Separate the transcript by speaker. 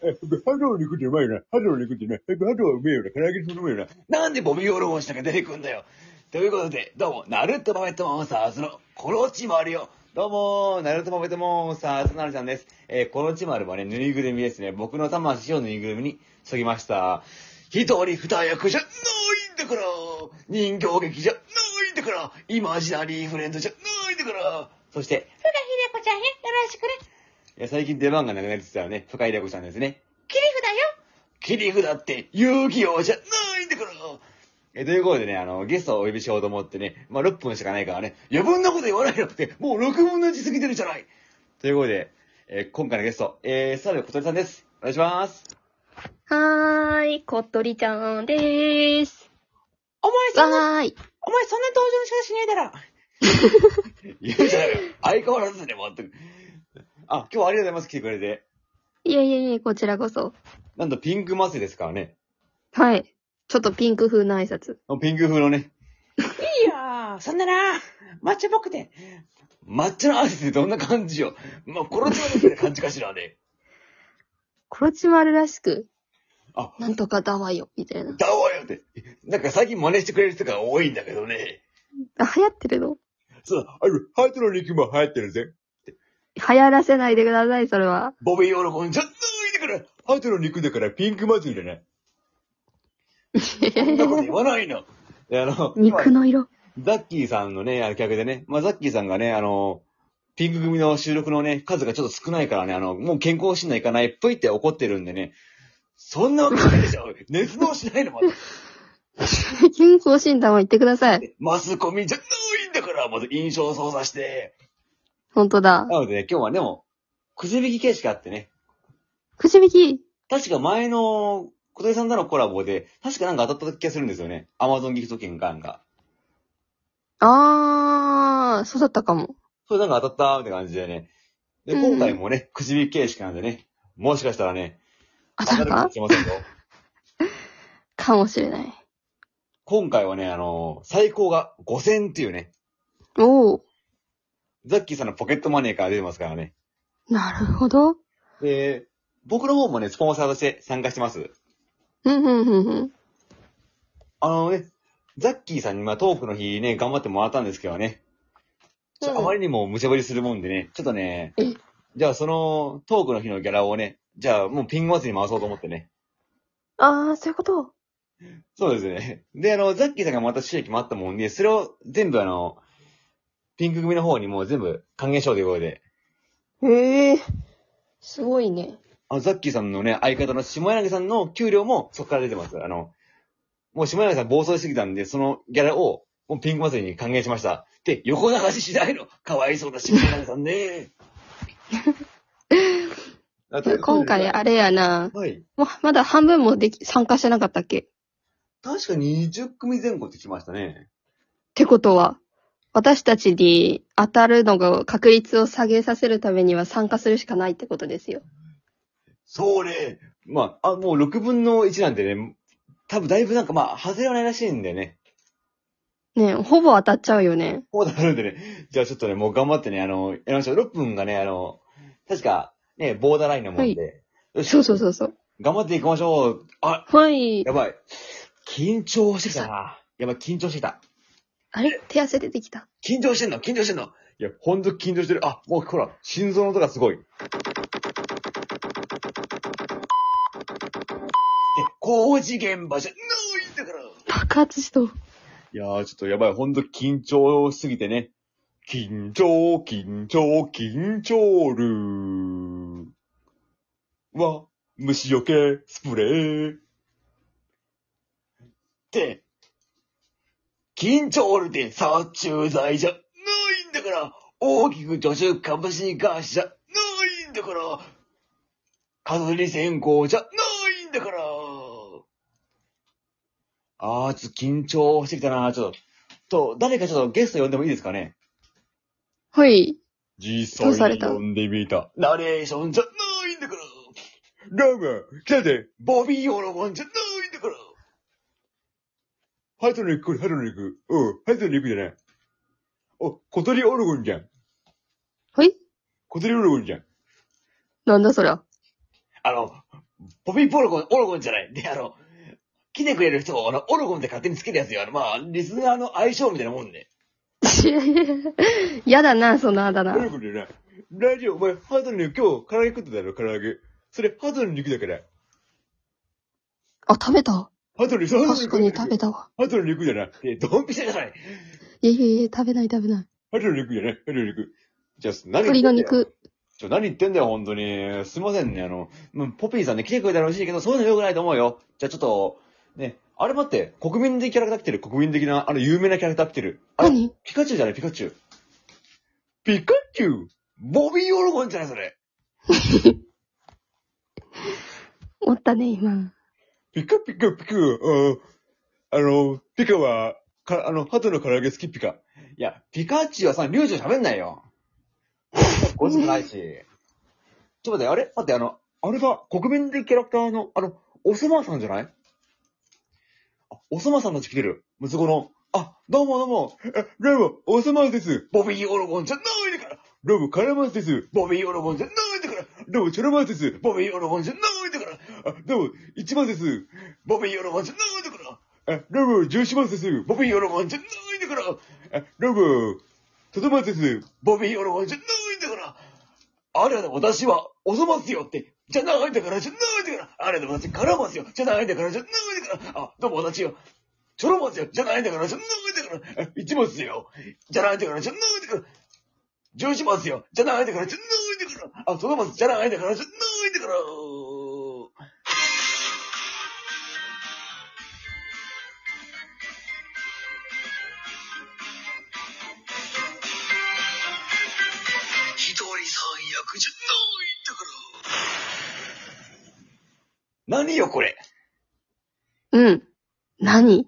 Speaker 1: え、ハトの肉ってうまいよな。ハトの肉ってね。え、ハトはうめえよな。唐揚げそのうめえよな。
Speaker 2: なんでボビーオロゴンしたが出てくんだよ。ということで、どうも、ナルトマメットモンスターズのコロチマルよ。どうも、ナルトマメットモンスターズのナルちゃんです。えーコロチマルはね、ぬいぐるみですね。僕の魂をぬいぐるみにそぎました。一人二役じゃないんだから人形劇じゃないんだからイマジナリーフレンドじゃないんだからそして、
Speaker 3: ふがひでこちゃんへよろしくね。
Speaker 2: いや最近出番がなくなってきたらね、深井玲子ちゃんですね。
Speaker 3: 切り札よ。
Speaker 2: 切り札って遊戯王じゃないんだからえ、ということでね、あの、ゲストをお呼びしようと思ってね、まあ、6分しかないからね、余分なこと言わないなくて、もう6分の1過ぎてるじゃないということで、えー今回のゲスト、えー、澤部小鳥さんです。お願いします。
Speaker 4: はーい、こっとりちゃんでーす。
Speaker 5: お前そんな、
Speaker 4: わーい。
Speaker 5: お前そんな登場の仕方しねえだろ。
Speaker 2: 言うじゃないよ。相変わらずね、まったく。あ、今日はありがとうございます。来てくれて。
Speaker 4: いえいえいえ、こちらこそ。
Speaker 2: なんとピンクマスですからね。
Speaker 4: はい。ちょっとピンク風な挨拶。
Speaker 2: ピンク風のね、
Speaker 5: いいよそんなな、マッチっぽくて。
Speaker 2: 抹茶のアイスってどんな感じよ。まあ、コロナみたいな感じかしらね。
Speaker 4: コロチマルらしく、
Speaker 2: あ、
Speaker 4: なんとかだわよ、みたいな。
Speaker 2: だわよって。なんか最近真似してくれる人が多いんだけどね。
Speaker 4: あ、流行ってるの
Speaker 1: そうだ、あの、ハトの肉も流行ってるぜ。
Speaker 4: 流行らせないでください、それ は。
Speaker 2: ボビーオロゴンじゃ、抜いてくれ
Speaker 1: ハトの肉だからピンク祭りだね。
Speaker 2: そんなこと言わないの。であの、
Speaker 4: 肉の色。
Speaker 2: ザッキーさんのね、あの客でね、まあ、ザッキーさんがね、あの、ピンク組の収録のね、数がちょっと少ないからね、あの、もう健康診断行かない、ぷいって怒ってるんでね、そんなわけない でしょ。熱望しないの、まず。
Speaker 4: 健康診断は言ってください。
Speaker 2: マスコミじゃ、ないんだから、まず印象操作して。
Speaker 4: ほんとだ。
Speaker 2: なのでね、今日はでも、くじ引き形式あってね、
Speaker 4: くじ引き。
Speaker 2: 確か前の、小鳥さんとのコラボで、確かなんか当たった気がするんですよね。アマゾンギフト券かなんか。
Speaker 4: あー、そうだったかも。
Speaker 2: それなんか当たったーって感じでね。で、
Speaker 4: うん
Speaker 2: 今回もね、くじ引き形式なんでね。もしかしたらね、
Speaker 4: 当た
Speaker 2: 当た
Speaker 4: る
Speaker 2: るか
Speaker 4: か
Speaker 2: もしれませんよ。
Speaker 4: かもしれない。
Speaker 2: 今回はね、あのー最高が5000っていうね、
Speaker 4: おー、
Speaker 2: ザッキーさんのポケットマネーから出てますからね。
Speaker 4: なるほど。
Speaker 2: で、僕の方もね、スポンサーとして参加してます。
Speaker 4: うん、うん、うん、うん。
Speaker 2: あのね、ザッキーさんにまあトークの日ね、頑張ってもらったんですけどね。ちょ
Speaker 4: うん
Speaker 2: あまりにも無茶ぶりするもんでね、ちょっとね
Speaker 4: うん、
Speaker 2: じゃあそのトークの日のギャラをね、じゃあもうピンゴツに回そうと思ってね。
Speaker 4: あー、そういうこと。
Speaker 2: そうですね。で、あの、ザッキーさんがまた収益もあったもんで、それを全部あの、ピンク組の方にもう全部還元しようということで、
Speaker 4: へー、すごいね。
Speaker 2: あの、ザッキーさんのね、相方の下柳さんの給料もそこから出てます。あの、もう下柳さん暴走しすぎたんで、そのギャラを、もうピンク祭りに還元しました。で、横流ししないのかわいそうだ下柳さん ね。だって
Speaker 4: 今回、あれやな。
Speaker 2: はい。
Speaker 4: もうまだ半分もでき、参加してなかったっけっ
Speaker 2: 確か20組前後って来ましたね。
Speaker 4: てことは、私たちに当たるのが確率を下げさせるためには参加するしかないってことですよ。
Speaker 2: そうね。まあ、あ、もう6分の1なんでね、多分だいぶなんかまあ、外れはないらしいんでね。
Speaker 4: ねえほぼ当たっちゃうよね。
Speaker 2: こうなるんでね。じゃあちょっとね、もう頑張ってね、あの、やりましょう。6分がね、あの、確か、ね、ボーダーラインのもんで。よし
Speaker 4: そうそうそうそう。
Speaker 2: 頑張っていきましょう。あ、
Speaker 4: はい
Speaker 2: や。ばい。緊張してきたな。やばい、緊張してきた。
Speaker 4: あれ手汗出てきた。
Speaker 2: 緊張してんの緊張してんのいや、ほんと緊張してる。あ、もうほら、心臓の音がすごい。で、工事現場じゃないんだから。い
Speaker 4: 爆発しそう。
Speaker 2: やー、ちょっとやばい。ほんと緊張しすぎてね。緊張、緊張、緊張るー。は、虫除け、スプレー。って、緊張オールで殺虫剤じゃないんだから、大きく助手株式会社じゃないんだから、数に先行じゃないんだから。あー、ちょっと緊張してきたな、ちょっと。と、誰かちょっとゲスト呼んでもいいですかね
Speaker 4: はい。
Speaker 1: 実
Speaker 4: どうさ
Speaker 1: 際
Speaker 4: れ
Speaker 1: に
Speaker 4: た
Speaker 1: 呼んでみた。
Speaker 2: ナレーションじゃないんだから、
Speaker 1: どうも、来たぜ。
Speaker 2: ボビーオロゴンじゃないんだから、
Speaker 1: ハトの肉、これハトの肉。うん、ハトの肉じゃない。お、小鳥オルゴンじゃん。
Speaker 4: はい
Speaker 1: 小鳥オルゴンじゃん。
Speaker 4: なんだそりゃ。
Speaker 2: あの、ポピーポロゴン、オロゴンじゃない。で、あの、来てくれる人を、あの、オロゴンで勝手につけるやつよ。あの、まあ、リスナーの相性みたいなもんで。
Speaker 4: やだな、そのあだ名
Speaker 1: オ。ロゴンだよな。ラジオ、お前、ハードの肉今日、唐揚げ食ってたろ、唐揚げ。それ、ハードの肉だから。
Speaker 4: あ、食べた。
Speaker 1: ハードの肉、ハードの
Speaker 4: 確
Speaker 1: 肉
Speaker 4: かに食べたわ。
Speaker 1: ハードの肉じゃない。
Speaker 2: で、ドンピシャじゃない。
Speaker 4: いえいえいえ、食べない食べない。
Speaker 1: ハードの肉じゃない。ハードの肉。じゃあ、何言ってんだよ
Speaker 4: 鶏の肉。
Speaker 2: ちょ、何言ってんだよ、本当に。すいませんね、あの、うんポピーさんね、来てくれたら嬉しいけど、そういうの良くないと思うよ。じゃあちょっと、ね、あれ待って、国民的キャラクター来てる。国民的な、あの、有名なキャラクター来てる。あれ
Speaker 4: 何
Speaker 2: ピカチュウじゃない、ピカチュウ。
Speaker 1: ピカチュウ
Speaker 2: ボビーオロゴンじゃない、それ。
Speaker 4: おったね、今。
Speaker 1: ピカピカピカ、うんあの、ピカは、か、あの、ハトの唐揚げ好きピカ。
Speaker 2: いや、ピカチュウはさ、リュウジュウ喋んないよ。こいつもないし。ちょっと待って、あれ待って、あの、あれさ、国民的キャラクターの、あの、おそまさんじゃないあ、おそまさんたち来てる。息子の。あ、どうもどうも。
Speaker 1: あ、どうも、おさまです。
Speaker 2: ボビーオロゴンじゃないんだから
Speaker 1: どうも、カラマスです。
Speaker 2: ボビーオロゴンじゃないんだから
Speaker 1: どうも、チョロマスです。
Speaker 2: ボビーオロゴンじゃないんだから
Speaker 1: あ、どうも、一番です。
Speaker 2: ボビーオロゴンじゃないんだから
Speaker 1: あ、どうも、十四番です。
Speaker 2: ボビーオロゴンじゃないんだから
Speaker 1: あ、どうも、トドマです。
Speaker 2: ボビーオロゴンじゃないんだからあれは私はおそますよって、じゃないんだからじゃないんだからあれは私絡ますよじゃないんだからじゃないんだからあ、どうも私よちょろますよじゃないんだからじゃないんだからあ一ますよじゃないんだからじゃないんだから十一ますよじゃないんだからじゃないんだからあ、そのますじゃないんだからじゃないんだから一人三役じゃないんだから何よこれ
Speaker 4: うん。何